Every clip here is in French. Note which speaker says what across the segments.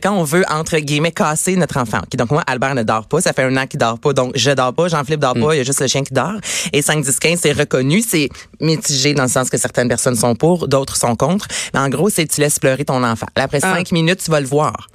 Speaker 1: quand on veut, entre guillemets, casser notre enfant. Ok, donc, moi, Albert ne dort pas. Ça fait un an qu'il dort pas. Donc, je dors pas. Jean-Philippe dort
Speaker 2: Mm.
Speaker 1: pas. Il y a juste le chien qui dort. Et 5, 10, 15, c'est reconnu. C'est mitigé dans le sens que certaines personnes sont pour, d'autres sont contre. Mais en gros, c'est tu laisses pleurer ton enfant. Là, après
Speaker 2: Ah.
Speaker 1: 5 minutes, tu vas le voir.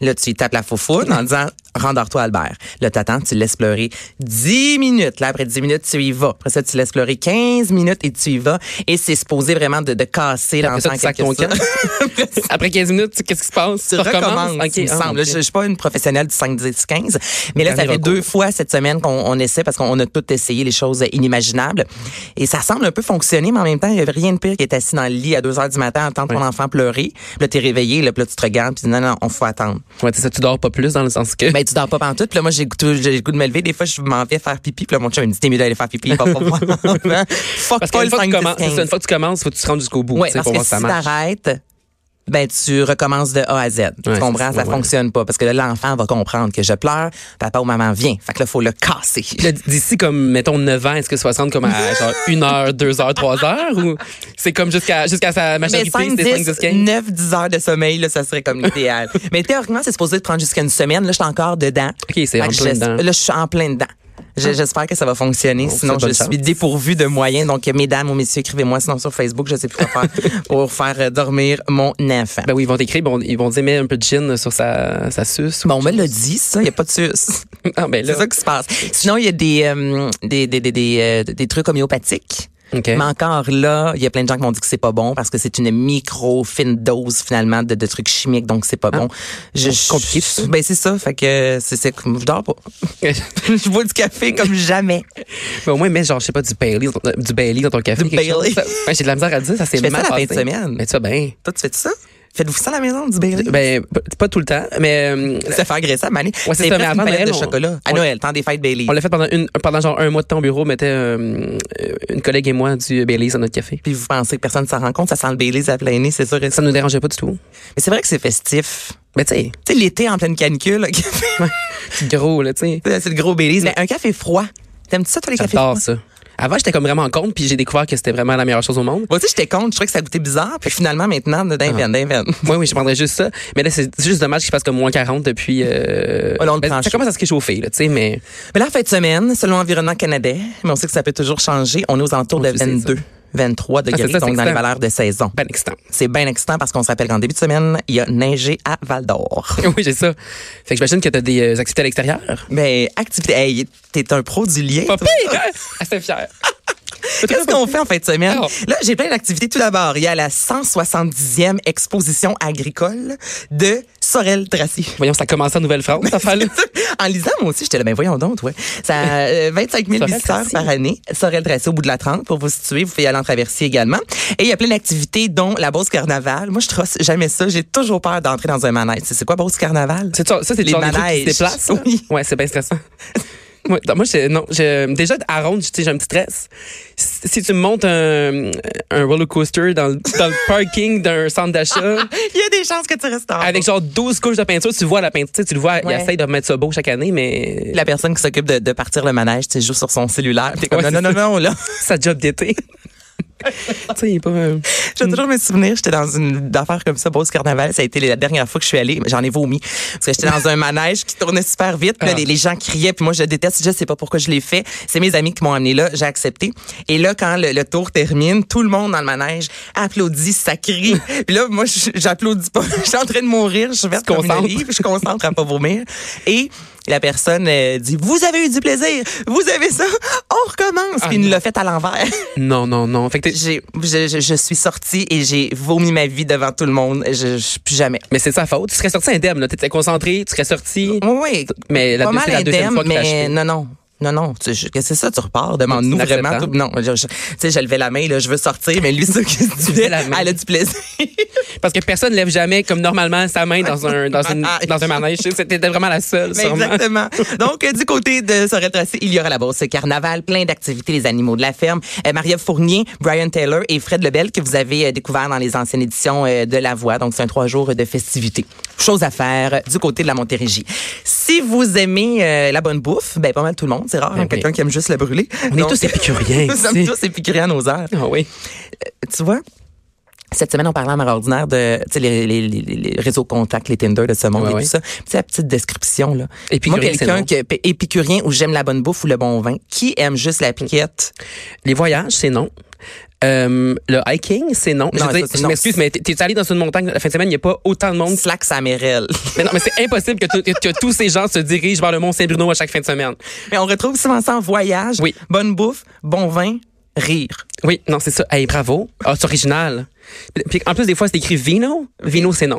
Speaker 1: Là, tu lui tapes la foufoune en disant Rendors-toi, Albert. Là, t'attends, tu le laisses pleurer 10 minutes. Là, après 10 minutes, tu y vas. Après ça, tu laisses pleurer 15 minutes et tu y vas. Et c'est supposé vraiment de, de casser
Speaker 2: Après
Speaker 1: l'enfant
Speaker 2: ça, tu sacs ton
Speaker 1: sorte.
Speaker 2: Après 15 minutes, tu- qu'est-ce qui se passe?
Speaker 1: Tu recommences,
Speaker 2: Ok,
Speaker 1: il me
Speaker 2: ah,
Speaker 1: semble.
Speaker 2: ok.
Speaker 1: Je, je suis pas une professionnelle du 5, 10, 15, mais là, ça
Speaker 2: Dernier
Speaker 1: fait
Speaker 2: recours.
Speaker 1: deux fois cette semaine qu'on on essaie parce qu'on a tout essayé les choses inimaginables. Et ça semble un peu fonctionner, mais en même temps, il y a rien de pire qu'être assis dans le lit à 2 heures du matin, à entendre ton enfant pleurer. Puis là, t'es réveillé, là, puis là, tu te regardes, puis non, non, on faut attendre.
Speaker 2: Ouais, c'est ça, tu dors pas plus dans le sens que.
Speaker 1: Ben, tu dors pas pantoute. Puis là, moi, j'ai le goût- j'ai le goût de me lever. Des fois, je m'en vais faire pipi. Puis là, mon chum, il me dit, t'es mieux d'aller faire pipi. Il va pas voir. Fuck
Speaker 2: parce
Speaker 1: pas
Speaker 2: qu'une
Speaker 1: le 5,
Speaker 2: fois, que
Speaker 1: 10,
Speaker 2: tu commences- c'est ça,
Speaker 1: 15.
Speaker 2: une fois que tu commences, faut que tu te rendes jusqu'au bout.
Speaker 1: Oui,
Speaker 2: tu sais,
Speaker 1: parce
Speaker 2: pour
Speaker 1: que
Speaker 2: voir si
Speaker 1: si
Speaker 2: ça marche.
Speaker 1: t'arrêtes, ben tu recommences de A à Z. Tu
Speaker 2: Ouais,
Speaker 1: comprends?
Speaker 2: c'est
Speaker 1: Ça
Speaker 2: ça, ouais.
Speaker 1: fonctionne pas. Parce que là, l'enfant va comprendre que je pleure, papa ou maman vient. Fait que là, faut le casser.
Speaker 2: Puis là, D'ici comme, mettons, 9 ans, est-ce que 60 comme à genre 1 heure, 2 heures, 3 heures? Ou c'est comme jusqu'à jusqu'à sa
Speaker 1: Mais
Speaker 2: majorité,
Speaker 1: 5,
Speaker 2: c'est 5, 10,
Speaker 1: 10,
Speaker 2: 15?
Speaker 1: 9, 10 heures de sommeil, là, ça serait comme l'idéal. Mais théoriquement, c'est supposé te prendre jusqu'à une semaine. Là, je suis encore dedans.
Speaker 2: OK, c'est
Speaker 1: Fait
Speaker 2: en
Speaker 1: que
Speaker 2: plein
Speaker 1: j'es-
Speaker 2: dedans. Ah.
Speaker 1: Là, je suis en plein dedans. J'ai- J'espère que ça va fonctionner.
Speaker 2: c'est
Speaker 1: sinon, je
Speaker 2: bonne chance.
Speaker 1: suis dépourvue de moyens. Donc, mesdames ou messieurs, écrivez-moi sinon sur Facebook. Je sais plus quoi faire pour faire euh, dormir mon enfant.
Speaker 2: Ben oui, ils vont t'écrire, bon, ils vont dire, mets un peu de gin sur sa, sa suce. ou-
Speaker 1: Bon, on me l'a dit, ça. Il n'y a pas de sus.
Speaker 2: Ah, ben là.
Speaker 1: C'est ça qui se passe. Sinon, il y a des, euh, des, des, des, des, euh, des trucs homéopathiques.
Speaker 2: OK.
Speaker 1: Mais encore là, il y a plein de gens qui m'ont dit que c'est pas bon parce que c'est une micro fine dose finalement de, de trucs chimiques, donc c'est pas bon. Je,
Speaker 2: Ah. C'est compliqué, tout ça.
Speaker 1: Ben c'est ça, fait que c'est c'est je dors pas. je bois du café comme jamais.
Speaker 2: Mais au moins, mets genre, je sais pas, du Bailey, dans ton- du Bailey dans ton café.
Speaker 1: Du
Speaker 2: quelque chose.
Speaker 1: Bailey.
Speaker 2: Ouais, J'ai de la misère à dire, ça c'est
Speaker 1: Je fais ça
Speaker 2: mal
Speaker 1: la fin de
Speaker 2: passé.
Speaker 1: semaine.
Speaker 2: Mais tu vois, ben.
Speaker 1: Toi, tu fais ça Faites-vous ça à la maison du Bailey
Speaker 2: Ben, p- pas tout le temps, mais euh,
Speaker 1: Ça fait agresser à Mané.
Speaker 2: Ouais, c'est ça, mais avant
Speaker 1: une palette
Speaker 2: Noël,
Speaker 1: de
Speaker 2: on-
Speaker 1: chocolat. À
Speaker 2: on-
Speaker 1: Noël, temps des fêtes Bailey.
Speaker 2: on l'a fait pendant, une, pendant genre un mois de temps au bureau, on mettait euh, euh, une collègue et moi du Bailey dans notre café.
Speaker 1: Puis vous pensez que personne ne s'en rend compte, ça sent le Bailey à plein nez, c'est sûr. et
Speaker 2: Ça
Speaker 1: certain.
Speaker 2: nous dérangeait pas du tout.
Speaker 1: Mais c'est vrai que c'est festif.
Speaker 2: Mais tu sais,
Speaker 1: Tu sais, l'été en pleine canicule, là, café
Speaker 2: c'est gros, là, tu sais.
Speaker 1: C'est c'est le gros Baileys. Mais un café froid. T'aimes-tu ça, toi, les cafés froids?
Speaker 2: J'adore ça. Avant, j'étais comme vraiment contre, puis j'ai découvert que c'était vraiment la meilleure chose au monde.
Speaker 1: Moi, tu sais, j'étais contre. Je trouvais que ça goûtait bizarre. Puis finalement, maintenant,
Speaker 2: Ah.
Speaker 1: d'invente, d'invente.
Speaker 2: Moi, oui, je prendrais juste ça. Mais là, c'est juste dommage qu'il fasse comme moins 40 depuis. Euh...
Speaker 1: Ouais, là, on le
Speaker 2: ben,
Speaker 1: prend chaud.
Speaker 2: ça commence à se réchauffer, là, tu sais, mais.
Speaker 1: Mais là, en fin de semaine, selon Environnement Canada, mais on sait que ça peut toujours changer, on est aux alentours de
Speaker 2: tu sais, ça.
Speaker 1: 22, 23 degrés,
Speaker 2: Ah, c'est ça, c'est
Speaker 1: donc dans les
Speaker 2: excitant.
Speaker 1: valeurs de saison.
Speaker 2: Ben, excitant.
Speaker 1: C'est bien excitant parce qu'on se rappelle qu'en début de semaine, il y a neigé à Val d'Or.
Speaker 2: oui, j'ai ça. Fait que j'imagine que t'as des euh, activités à l'extérieur.
Speaker 1: Mais Ben, activité, hey, t'es un pro du lien.
Speaker 2: Pas
Speaker 1: toi.
Speaker 2: pire, hein? Assez fier.
Speaker 1: Qu'est-ce qu'on fait en fin de semaine?
Speaker 2: Alors.
Speaker 1: Là, j'ai plein d'activités. Tout d'abord, il y a la 170e exposition agricole de Sorel-Tracy.
Speaker 2: Voyons, ça a commencé en Nouvelle-France, cette affaire-là.
Speaker 1: en lisant, moi aussi, j'étais là, ben voyons donc, ouais. Ça a euh, 25 000
Speaker 2: Sorel
Speaker 1: visiteurs
Speaker 2: Tracy.
Speaker 1: par année. Sorel Tracy au bout de la 30, pour vous situer. Vous pouvez aller en traversier également. Et il y a plein d'activités, dont la Beauce Carnaval. Moi, je trosse jamais ça. J'ai toujours peur d'entrer dans un manège. C'est c'est quoi, Beauce Carnaval?
Speaker 2: C'est ça, ça, c'est
Speaker 1: Les
Speaker 2: genre des trucs qui se
Speaker 1: manèges.
Speaker 2: déplacent. là.
Speaker 1: Oui.
Speaker 2: Ouais, c'est bien stressant. Moi, non, moi, j'ai- non, j'ai- déjà, à ronde, tu sais, j'ai un petit stress. Si, si tu me montes un, un roller coaster dans, le- dans le parking d'un centre d'achat,
Speaker 1: Il y a des chances que tu restes en
Speaker 2: avec genre 12 couches de peinture, tu vois la peinture, tu sais, tu le vois,
Speaker 1: Ouais.
Speaker 2: il essaye de mettre ça beau chaque année, mais
Speaker 1: la personne qui s'occupe de, de partir le manège, tu sais, joue sur son cellulaire. T'es comme,
Speaker 2: Ouais,
Speaker 1: non, non, non, non, là.
Speaker 2: sa job d'été. tu sais, il est pas. euh,
Speaker 1: Je vais toujours me souvenir, j'étais dans une affaire comme ça, Beauce Carnaval. Ça a été la dernière fois que je suis allée. mais J'en ai vomi. Parce que j'étais dans un manège qui tournait super vite. puis là,
Speaker 2: Ah.
Speaker 1: les, les gens criaient. Puis moi, je déteste. Je sais pas pourquoi je l'ai fait. C'est mes amis qui m'ont amené là. J'ai accepté. Et là, quand le, le tour termine, tout le monde dans le manège applaudit, ça crie. puis là, moi, je- j'applaudis pas. Je suis en train de mourir. Je suis verte comme une
Speaker 2: concentres.
Speaker 1: olive. Je concentre à pas vomir. Et la personne euh, dit, vous avez eu du plaisir. Vous avez ça. On recommence.
Speaker 2: Ah,
Speaker 1: puis il nous
Speaker 2: non.
Speaker 1: l'a fait à l'envers.
Speaker 2: Non, non, non. Fait que t'es-
Speaker 1: J'ai- je, je- je suis sortie et j'ai vomi ma vie devant tout le monde. Je, je- plus jamais.
Speaker 2: mais c'est sa faute. Tu serais sorti indemne, là. T'étais concentré, tu serais sorti.
Speaker 1: Oui, oui.
Speaker 2: Mais la,
Speaker 1: pas mal
Speaker 2: c'est la deuxième
Speaker 1: indemne,
Speaker 2: fois que t'as
Speaker 1: mais
Speaker 2: acheté.
Speaker 1: non, non. Non, non, tu- je- que c'est ça, tu repars. Demande-nous
Speaker 2: C'est
Speaker 1: vraiment.
Speaker 2: inacceptable.
Speaker 1: tout- non, je- je- tu sais, j'ai levé la main, là, je veux sortir, mais lui, ça, qu'est-ce que tu fais?
Speaker 2: levais la main.
Speaker 1: Elle a du plaisir.
Speaker 2: Parce que personne ne lève jamais comme normalement sa main dans un, dans une, dans un manège. C'était vraiment la seule,
Speaker 1: Ah, Mais
Speaker 2: sûrement.
Speaker 1: Ben, Exactement. Donc, euh, du côté de Sorel Tracé, il y aura la bourse carnaval, plein d'activités, les animaux de la ferme. Euh, Maria Fournier, Brian Taylor et Fred Lebel que vous avez euh, découvert dans les anciennes éditions euh, de La Voix. Donc, c'est un trois jours de festivités. Chose à faire euh, du côté de la Montérégie. Si vous aimez euh, la bonne bouffe, ben pas mal tout le monde. C'est rare, hein,
Speaker 2: oui.
Speaker 1: quelqu'un qui aime juste le brûler.
Speaker 2: On est tous épicuriens
Speaker 1: Nous sommes
Speaker 2: ici.
Speaker 1: tous épicuriens à nos heures.
Speaker 2: Ah oui.
Speaker 1: Tu vois? Cette semaine, on parlait à ma ordinaire de tu sais, les, les, les, les réseaux contacts, les Tinder de ce monde
Speaker 2: Ouais,
Speaker 1: et
Speaker 2: ouais.
Speaker 1: tout ça. Puis, tu sais, la petite description, là.
Speaker 2: Épicurien,
Speaker 1: Moi, quelqu'un
Speaker 2: c'est
Speaker 1: qui est épicurien ou j'aime la bonne bouffe ou le bon vin, qui aime juste la piquette?
Speaker 2: Les voyages, c'est non. Euh, le hiking, c'est non.
Speaker 1: Non,
Speaker 2: je veux dire,
Speaker 1: ça, c'est
Speaker 2: je
Speaker 1: non.
Speaker 2: m'excuse, mais t'es- t'es allé dans une montagne la fin de semaine, il n'y a pas autant de monde.
Speaker 1: Slack Samerel.
Speaker 2: Mais non, mais c'est impossible que, tout- que tous ces gens se dirigent vers le Mont Saint-Bruno à chaque fin de semaine.
Speaker 1: Mais on retrouve souvent ça en voyage.
Speaker 2: Oui.
Speaker 1: Bonne bouffe, bon vin, rire.
Speaker 2: Oui, non, c'est ça. Hey, bravo. Ah, c'est original. Puis en plus, des fois, c'est écrit vino. Vino, c'est non.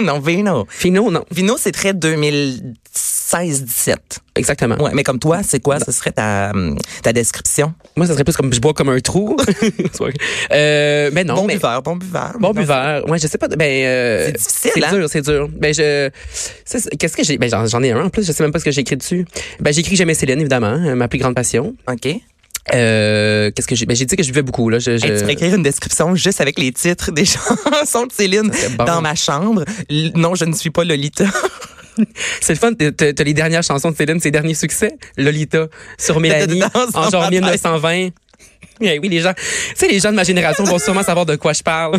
Speaker 1: non, Vino.
Speaker 2: Vino, non.
Speaker 1: Vino, c'est très 2016-17.
Speaker 2: Exactement.
Speaker 1: Ouais, mais comme toi, c'est quoi? Ce serait ta, hum, ta description?
Speaker 2: Moi, ça serait plus comme je bois comme un trou. Sorry. euh, mais non.
Speaker 1: bon
Speaker 2: mais-
Speaker 1: buveur, bon buveur.
Speaker 2: Bon
Speaker 1: Mais non,
Speaker 2: buveur. Ouais, je sais pas. Ben, euh,
Speaker 1: C'est difficile,
Speaker 2: C'est
Speaker 1: hein?
Speaker 2: dur, c'est dur. Ben, je. ça, c'est- Qu'est-ce que j'ai. Ben, j'en j'en ai un en plus. Je sais même pas ce que j'ai écrit dessus. Ben, j'ai écrit que j'aimais Céline, évidemment, euh, ma plus grande passion.
Speaker 1: OK.
Speaker 2: Euh, Qu'est-ce que j'ai. Ben, j'ai dit que je buvais beaucoup, là. Je, je-
Speaker 1: Hey, tu pourrais écrire une description juste avec les titres des chansons de Céline
Speaker 2: serait bon.
Speaker 1: dans ma chambre. L- non, je ne suis pas Lolita.
Speaker 2: C'est le fun. t'as- T'as t'as les dernières chansons de Céline, ses derniers succès. Lolita, sur Mélanie,
Speaker 1: dedans, sur
Speaker 2: en
Speaker 1: ma
Speaker 2: genre
Speaker 1: tête.
Speaker 2: 1920. Eh oui, les gens. Tu sais, les gens de ma génération vont sûrement savoir de quoi je parle.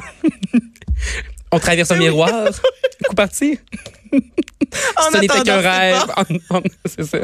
Speaker 2: On traverse
Speaker 1: Eh
Speaker 2: un miroir. Coup parti.
Speaker 1: En
Speaker 2: Ce n'était
Speaker 1: attendant,
Speaker 2: qu'un
Speaker 1: c'est
Speaker 2: rêve.
Speaker 1: bon.
Speaker 2: En- en- C'est ça.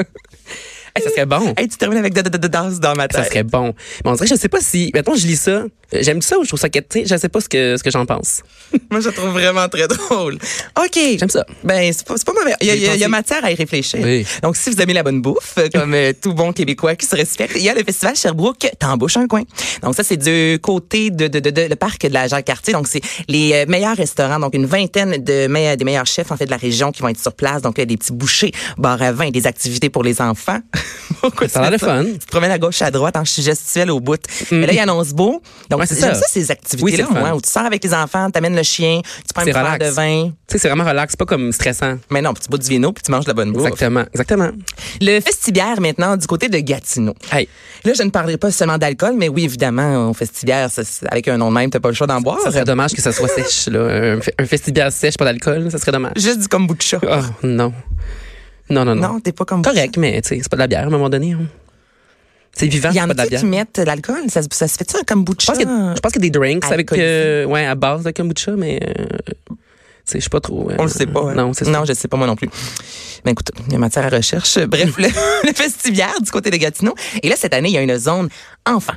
Speaker 2: Hey, ça serait bon.
Speaker 1: Hey, tu termines avec de, de, de- de- danse dans ma tête.
Speaker 2: Ça serait bon. Mais on dirait, je sais pas si. Mettons, je lis ça. Euh, J'aime ça ou je trouve ça quête. Je sais pas ce que, ce que j'en pense.
Speaker 1: Moi, je la trouve vraiment très drôle. OK.
Speaker 2: J'aime ça.
Speaker 1: Ben, c'est pas, c'est pas mauvais. Il y, a-
Speaker 2: J'ai
Speaker 1: il y a- il y a
Speaker 2: pensé.
Speaker 1: matière à y réfléchir.
Speaker 2: Oui.
Speaker 1: Donc, si vous aimez la bonne bouffe, euh, comme euh, tout bon Québécois qui se respecte, il y a le festival Sherbrooke, t'embauches un coin. Donc, ça, c'est du côté de, de, de- de- le parc de la Jacques-Cartier. Donc, c'est les euh, meilleurs restaurants. Donc, une vingtaine de me- des meilleurs chefs, en fait, de la région qui vont être sur place. Donc, il y a des petits bouchers, bar à vin, des activités pour les enfants. Pourquoi
Speaker 2: Ça a l'air
Speaker 1: tu fais
Speaker 2: le fun. Mm.
Speaker 1: Tu te promènes à gauche, à droite, en gestuelle au bout. Mais là, il annonce beau. Donc,
Speaker 2: Ouais, c'est
Speaker 1: c'est j'aime
Speaker 2: ça.
Speaker 1: ça, ces
Speaker 2: Oui, c'est
Speaker 1: activités-là,
Speaker 2: le fun.
Speaker 1: moi, où tu sors avec les enfants, t'amènes le chien, tu prends un
Speaker 2: C'est
Speaker 1: petit verre de
Speaker 2: relax.
Speaker 1: vin.
Speaker 2: Tu sais, c'est vraiment relax. C'est pas comme stressant.
Speaker 1: Mais non, puis tu bois du vino puis tu manges de la bonne bouffe.
Speaker 2: Exactement. Exactement.
Speaker 1: Le festibiaire maintenant du côté de Gatineau.
Speaker 2: Hey.
Speaker 1: Là, je ne parlerai pas seulement d'alcool, mais oui, évidemment, au festibiaire, ça, c'est- avec un nom de même, t'as pas le choix d'en boire.
Speaker 2: Ça serait dommage que ça soit sèche, là. Un, fe- un festival sèche, pas d'alcool. Ça serait dommage.
Speaker 1: Juste du kombucha.
Speaker 2: Oh, non. Non, non, non.
Speaker 1: Non, t'es pas comme
Speaker 2: Correct, mais tu sais, c'est pas de la bière à un moment donné. hein. C'est vivant,
Speaker 1: Il y
Speaker 2: c'est
Speaker 1: en
Speaker 2: pas de la
Speaker 1: a
Speaker 2: bière.
Speaker 1: qui mettent Ah, de l'alcool. Ça, se- ça se fait-tu un kombucha?
Speaker 2: Je pense qu'il y a- je pense qu'il y a des drinks avec
Speaker 1: Alcoolisé.
Speaker 2: euh, ouais à base de kombucha mais euh, tu sais, je sais pas trop. euh,
Speaker 1: On le sait pas. hein.
Speaker 2: Non, c'est ça.
Speaker 1: non, je le sais pas moi non plus. Mais écoute, il y a matière à recherche. Bref, le, le festibiaire du côté de Gatineau. Et là, cette année, il y a une zone enfant.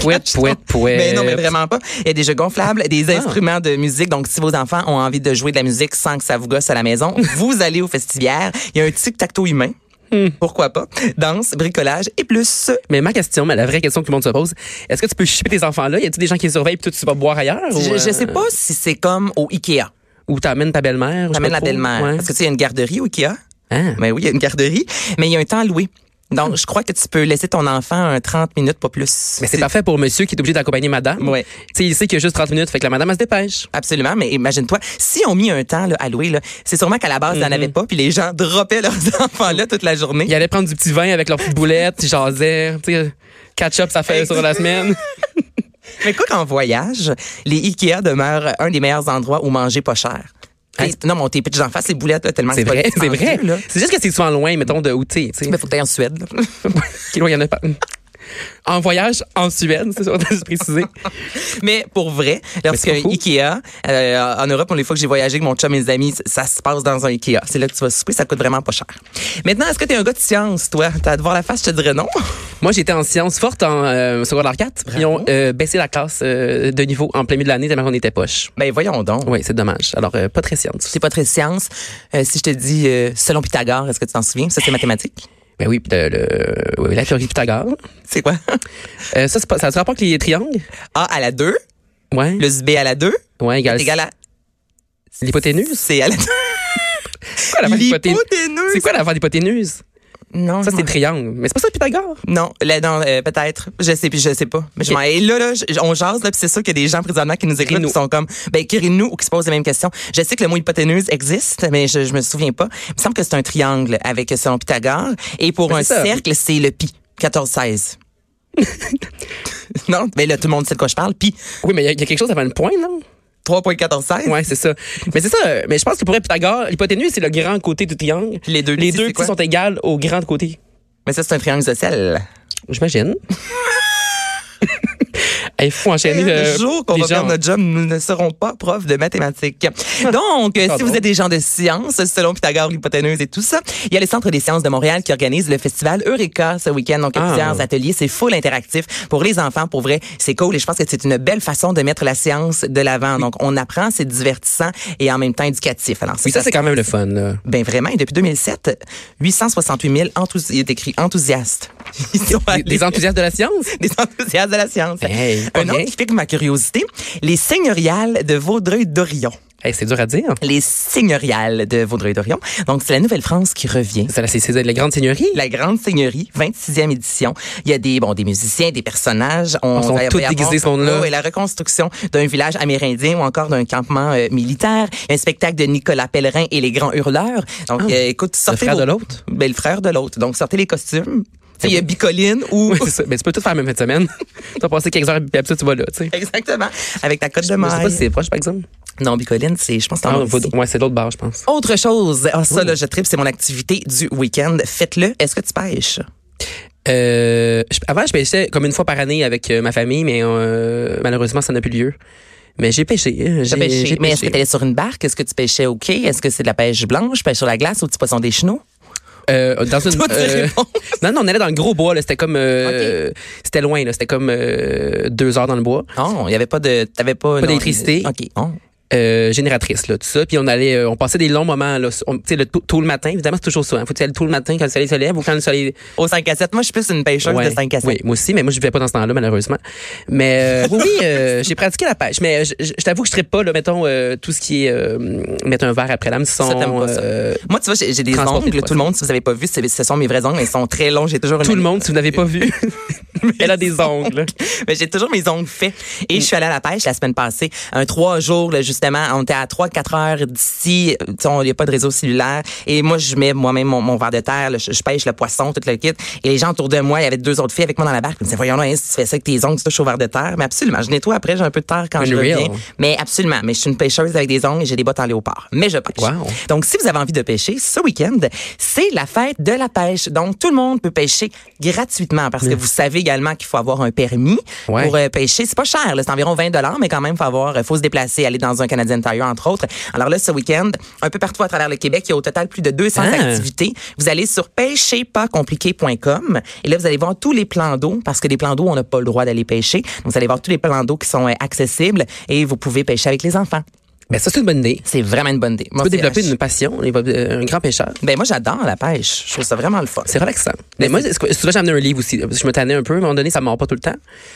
Speaker 2: Pouette, pouette, pouette.
Speaker 1: Mais non, mais vraiment pas. Il y a des jeux gonflables, des
Speaker 2: Ah.
Speaker 1: instruments de musique. Donc, si vos enfants ont envie de jouer de la musique sans que ça vous gosse à la maison, vous allez au festiviaire. Il y a un tic-tac-toe humain.
Speaker 2: Hmm.
Speaker 1: Pourquoi pas? Danse, bricolage et plus.
Speaker 2: Mais ma question, mais la vraie question que tout le monde se pose, est-ce que tu peux chipper tes enfants là Y a-t-il des gens qui les surveillent puis toi tu vas boire ailleurs ou,
Speaker 1: Je, je
Speaker 2: euh,
Speaker 1: sais pas si c'est comme au Ikea.
Speaker 2: Ou t'amènes ta belle-mère ou je sais
Speaker 1: T'amènes
Speaker 2: pas
Speaker 1: la
Speaker 2: trop.
Speaker 1: belle-mère.
Speaker 2: Ouais.
Speaker 1: Parce que tu sais, il y a une garderie au Ikea.
Speaker 2: Ah.
Speaker 1: Mais oui, il y a une garderie. Mais il y a un temps loué. Donc, je crois que tu peux laisser ton enfant un 30 minutes, pas plus.
Speaker 2: Mais c'est parfait pour monsieur qui est obligé d'accompagner madame.
Speaker 1: Ouais.
Speaker 2: Tu sais, il sait qu'il y a juste 30 minutes, fait que la madame elle se dépêche.
Speaker 1: Absolument, mais imagine-toi, si on mis un temps là, à louer, là, c'est sûrement qu'à la base, il n'y en avait pas, puis les gens droppaient leurs enfants-là toute la journée.
Speaker 2: Il allait prendre du petit vin avec leur petite boulette, ils jasaient, tu sais, catch-up ça fait sur la semaine.
Speaker 1: Mais écoute, en voyage, les Ikea demeurent un des meilleurs endroits où manger pas cher.
Speaker 2: Hey.
Speaker 1: T'sais, Non, mais on t'est pitché en face les boulettes, là, tellement
Speaker 2: C'est
Speaker 1: que pas
Speaker 2: vrai, c'est vrai.
Speaker 1: dispendieux, là.
Speaker 2: C'est juste que c'est souvent loin, mettons, de où tu sais, tu sais.
Speaker 1: Mais faut que t'ailles en Suède. là.
Speaker 2: Qui loin, il y en a pas. En voyage en Suède, c'est ça, je préciser.
Speaker 1: mais pour vrai, lorsque
Speaker 2: c'est pas fou.
Speaker 1: Ikea, euh, en Europe, on les fois que j'ai voyagé avec mon chum et mes amis, ça se passe dans un Ikea. C'est là que tu vas souper, ça coûte vraiment pas cher. Maintenant, est-ce que t'es un gars de science, toi? T'as à te voir la face, je te dirais non.
Speaker 2: Moi, j'étais en sciences fortes en euh, secondaire 4. Ils ont euh, baissé la classe euh, de niveau en plein milieu de l'année tellement qu'on était poche.
Speaker 1: Ben, voyons donc.
Speaker 2: Oui, c'est dommage. Alors, euh, pas très science.
Speaker 1: C'est pas très science. Euh, si je te dis, euh, selon Pythagore, est-ce que tu t'en souviens? Ça, c'est mathématique.
Speaker 2: Ben oui, de, le- oui, la théorie de Pythagore.
Speaker 1: C'est quoi?
Speaker 2: Euh, ça, c'est pas- ça se rapporte avec les triangles.
Speaker 1: A à la 2
Speaker 2: Ouais.
Speaker 1: plus B à la 2
Speaker 2: ouais, égal.
Speaker 1: est égal à
Speaker 2: L'hypoténuse.
Speaker 1: C à la 2.
Speaker 2: C'est quoi l'affaire d'hypoténuse?
Speaker 1: L'hypoténuse.
Speaker 2: C'est quoi l'affaire d'hypoténuse?
Speaker 1: Non,
Speaker 2: Ça,
Speaker 1: je
Speaker 2: c'est
Speaker 1: m'en-
Speaker 2: triangle. Mais c'est pas ça, Pythagore.
Speaker 1: Non, là, non, euh, peut-être. Je sais, puis je sais pas. Mais je m'en- Et là, là, je- on jase, là, puis c'est sûr qu'il y a des gens présentement qui nous écrivent,
Speaker 2: Écris-nous.
Speaker 1: qui sont comme, ben, qui nous ou qui se posent les mêmes questions. Je sais que le mot hypoténuse existe, mais je, je me souviens pas. Il me semble que c'est un triangle avec son Pythagore. Et pour
Speaker 2: Ben,
Speaker 1: un
Speaker 2: c'est ça.
Speaker 1: cercle, c'est le pi. 14-16. non, mais là, tout le monde sait de quoi je parle. Pi.
Speaker 2: Oui, mais il y, a- il y a quelque chose avant le point, non?
Speaker 1: 3.14-16.
Speaker 2: Ouais, c'est ça. Mais c'est ça. euh, Mais je pense que pour Pythagore, l'hypoténuse, c'est le grand côté du triangle.
Speaker 1: Puis les deux
Speaker 2: Les
Speaker 1: petits,
Speaker 2: deux
Speaker 1: c'est quoi?
Speaker 2: petits sont égales au grand côté.
Speaker 1: Mais ça, c'est un triangle social.
Speaker 2: J'imagine. Il faut enchaîner
Speaker 1: Le
Speaker 2: euh,
Speaker 1: jour qu'on
Speaker 2: les
Speaker 1: va
Speaker 2: gens.
Speaker 1: perdre notre job, nous ne serons pas profs de mathématiques. Donc, euh, si
Speaker 2: Pardon.
Speaker 1: vous êtes des gens de sciences, selon Pythagore, l'hypoténuse et tout ça, il y a le Centre des sciences de Montréal qui organise le festival Eureka ce week-end. Donc, il y a
Speaker 2: Ah.
Speaker 1: plusieurs ateliers. C'est full interactif pour les enfants. Pour vrai, c'est cool. Et je pense que c'est une belle façon de mettre la science de l'avant. Donc, on apprend, c'est divertissant et en même temps éducatif. Alors,
Speaker 2: Oui, ça, c'est quand même le fun, là.
Speaker 1: ben vraiment, et depuis 2007, 868 000 enthousi- il est écrit enthousiastes. Ils sont
Speaker 2: Les,
Speaker 1: allés-
Speaker 2: les enthousiastes de la science?
Speaker 1: des enthousiastes de la science.
Speaker 2: Hey, pas
Speaker 1: un autre
Speaker 2: bien.
Speaker 1: qui pique ma curiosité, les seigneuriales de Vaudreuil-Dorion.
Speaker 2: Hey, c'est dur à dire.
Speaker 1: Les seigneuriales de Vaudreuil-Dorion. Donc, c'est la Nouvelle-France qui revient.
Speaker 2: Ça, là, C'est c'est les grandes seigneuries.
Speaker 1: La Grande Seigneurie, 26e édition. Il y a des, bon, des musiciens, des personnages. On
Speaker 2: Ils sont
Speaker 1: va y
Speaker 2: tous
Speaker 1: avoir-
Speaker 2: déguisés, ce monde-là.
Speaker 1: Oh, et la reconstruction d'un village amérindien ou encore d'un campement euh, militaire. Un spectacle de Nicolas Pellerin et les Grands Hurleurs. Donc, euh, écoute, sortez
Speaker 2: Ah, frère
Speaker 1: vos-
Speaker 2: de l'autre?
Speaker 1: Ben, le frère de l'autre. Donc, sortez les costumes. Tu sais, Il y a Bicoline ou...
Speaker 2: Oui, c'est ça. Mais tu peux tout faire la même fin de semaine. tu vas passer quelques heures, puis après ça, tu vas là, tu sais.
Speaker 1: Exactement. Avec ta cote de
Speaker 2: Je sais pas
Speaker 1: maille.
Speaker 2: si c'est proche, par exemple.
Speaker 1: Non, Bicoline, c'est, je pense, que c'est en
Speaker 2: Ah,
Speaker 1: Mauricie.
Speaker 2: faut- ouais, c'est l'autre barre, je pense.
Speaker 1: Autre chose, ah, ça, là, je tripe, c'est mon activité du week-end. Faites-le. Est-ce que tu pêches?
Speaker 2: Euh, je- avant, je pêchais comme une fois par année avec euh, ma famille, mais euh, malheureusement, ça n'a plus lieu. Mais j'ai pêché. hein. J'ai
Speaker 1: T'as pêché.
Speaker 2: j'ai
Speaker 1: Mais est-ce que
Speaker 2: pêché.
Speaker 1: t'allais sur une barque? Est-ce que tu pêchais au quai? Est-ce que c'est de la pêche blanche, pêche sur la glace, au petit poisson des chenaux?
Speaker 2: Euh, dans une
Speaker 1: Toi, tu réponds.
Speaker 2: non, non, on allait dans le gros bois. là. C'était comme, euh, c'était loin. là. C'était comme euh, deux heures dans le bois.
Speaker 1: Non, il n'y avait pas de, t'avais pas, non,
Speaker 2: d'électricité.
Speaker 1: OK. non.
Speaker 2: euh, génératrice là tout ça puis on allait euh, on passait des longs moments là on- tu sais le tôt, tôt le matin évidemment c'est toujours ça hein. faut y aller tôt le matin quand le soleil se lève ou quand le soleil
Speaker 1: Au 5 à 7. Moi, je suis plus une pêcheuse
Speaker 2: Ouais.
Speaker 1: de 5 à 7.
Speaker 2: oui moi aussi mais moi je vivais pas dans ce temps-là malheureusement mais euh, oui, oui euh, j'ai pratiqué la pêche mais euh, je, je- je t'avoue que je traite pas là mettons euh, tout ce qui est euh, mettre un verre après l'âme son
Speaker 1: Ça, t'aimes pas ça.
Speaker 2: euh,
Speaker 1: Moi, tu vois, j'ai j'ai des
Speaker 2: Transporter
Speaker 1: ongles.
Speaker 2: le
Speaker 1: Tout le monde, si vous avez pas vu, c'est- ce sont mes vrais ongles. Ils sont très longs. J'ai toujours une
Speaker 2: tout le monde si vous n'avez pas vu elle a des ongles
Speaker 1: Mais j'ai toujours mes ongles faits. Et je suis allée à la pêche la semaine passée. Un trois jours, là, justement. On était à trois, quatre heures d'ici. Tu sais, on- Il n'y a pas de réseau cellulaire. Et moi, je mets moi-même mon, mon verre de terre. là. je, je pêche le poisson, tout le kit. Et les gens autour de moi, il y avait deux autres filles avec moi dans la barque. Ils me disaient, voyons, là, hein, si tu fais ça avec tes ongles, tu touches au verre de terre. Mais absolument. Je nettoie après, j'ai un peu de terre quand je
Speaker 2: Unreal.
Speaker 1: reviens. Mais absolument. Mais je suis une pêcheuse avec des ongles et j'ai des bottes en léopard. Mais je pêche.
Speaker 2: Wow.
Speaker 1: Donc, si vous avez envie de pêcher, ce week-end, c'est la fête de la pêche. Donc, tout le monde peut pêcher gratuitement parce que vous savez également qu'il faut avoir un permis
Speaker 2: Ouais.
Speaker 1: pour euh, pêcher. C'est pas cher, là. c'est environ 20 mais quand même, faut avoir, euh, faut se déplacer, aller dans un Canadian Tire, entre autres. Alors là, ce week-end, un peu partout à travers le Québec, il y a au total plus de 200
Speaker 2: Ah.
Speaker 1: activités. Vous allez sur pêcherpascompliqué.com et là, vous allez voir tous les plans d'eau parce que des plans d'eau, on n'a pas le droit d'aller pêcher. Donc, Vous allez voir tous les plans d'eau qui sont euh, accessibles et vous pouvez pêcher avec les enfants.
Speaker 2: mais ça c'est une bonne idée tu
Speaker 1: C'est vraiment une bonne idée. Moi,
Speaker 2: peux
Speaker 1: c'est-
Speaker 2: développer une passion on est pas- euh, un grand pêcheur
Speaker 1: ben moi j'adore la pêche, je trouve ça vraiment le fun.
Speaker 2: c'est relaxant. Mais moi, c'est- souvent, j'ai amené un livre aussi. Parce que je me tannais un peu. À un moment donné, ça me mord pas tout le temps.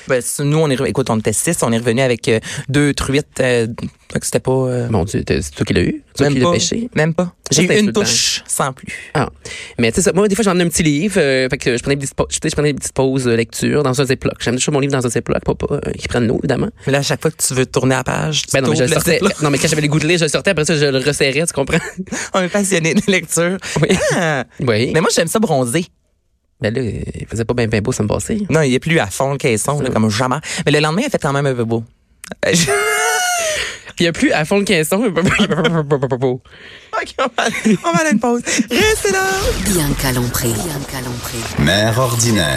Speaker 1: Ben, c'est- nous on est re- écoute on était six, on est revenu avec euh, deux truites euh, donc c'était pas euh,
Speaker 2: Mon Dieu, t'es- c'est toi qui l'as eu. C'est toi
Speaker 1: même
Speaker 2: qui l'as
Speaker 1: pas
Speaker 2: pêché.
Speaker 1: même pas. J'ai
Speaker 2: c'est
Speaker 1: eu une
Speaker 2: insultant.
Speaker 1: touche sans plus.
Speaker 2: Ah. Mais tu sais, ça, moi, des fois, j'emmène un petit livre. euh, fait que je prenais des petites, pa- tu sais, je prenais des petites pauses euh, lecture dans un Ziploc. J'aime toujours mon livre dans un Ziploc, pas, pas euh, qui prennent l'eau, évidemment.
Speaker 1: Mais là à chaque fois que tu veux tourner la page, tu
Speaker 2: Ben non, mais je le
Speaker 1: tournes le
Speaker 2: sortais.
Speaker 1: ziploc.
Speaker 2: Non, mais quand j'avais le goût de lire, je le sortais. Après ça, je le resserrais, tu comprends?
Speaker 1: on est passionné de lecture.
Speaker 2: Oui.
Speaker 1: Ah!
Speaker 2: oui.
Speaker 1: Mais moi j'aime ça bronzer.
Speaker 2: Ben là, il faisait pas bien ben beau, ça me passait.
Speaker 1: Non, il est plus à fond le caisson là, comme jamais. Mais le lendemain il a fait quand même un peu beau. Euh, je-
Speaker 2: Puis il y a plus à fond le caisson.
Speaker 1: OK, on va, on va aller à une pause. Restez là.
Speaker 3: Bien calompré. Bien calompré.
Speaker 4: mère ordinaire.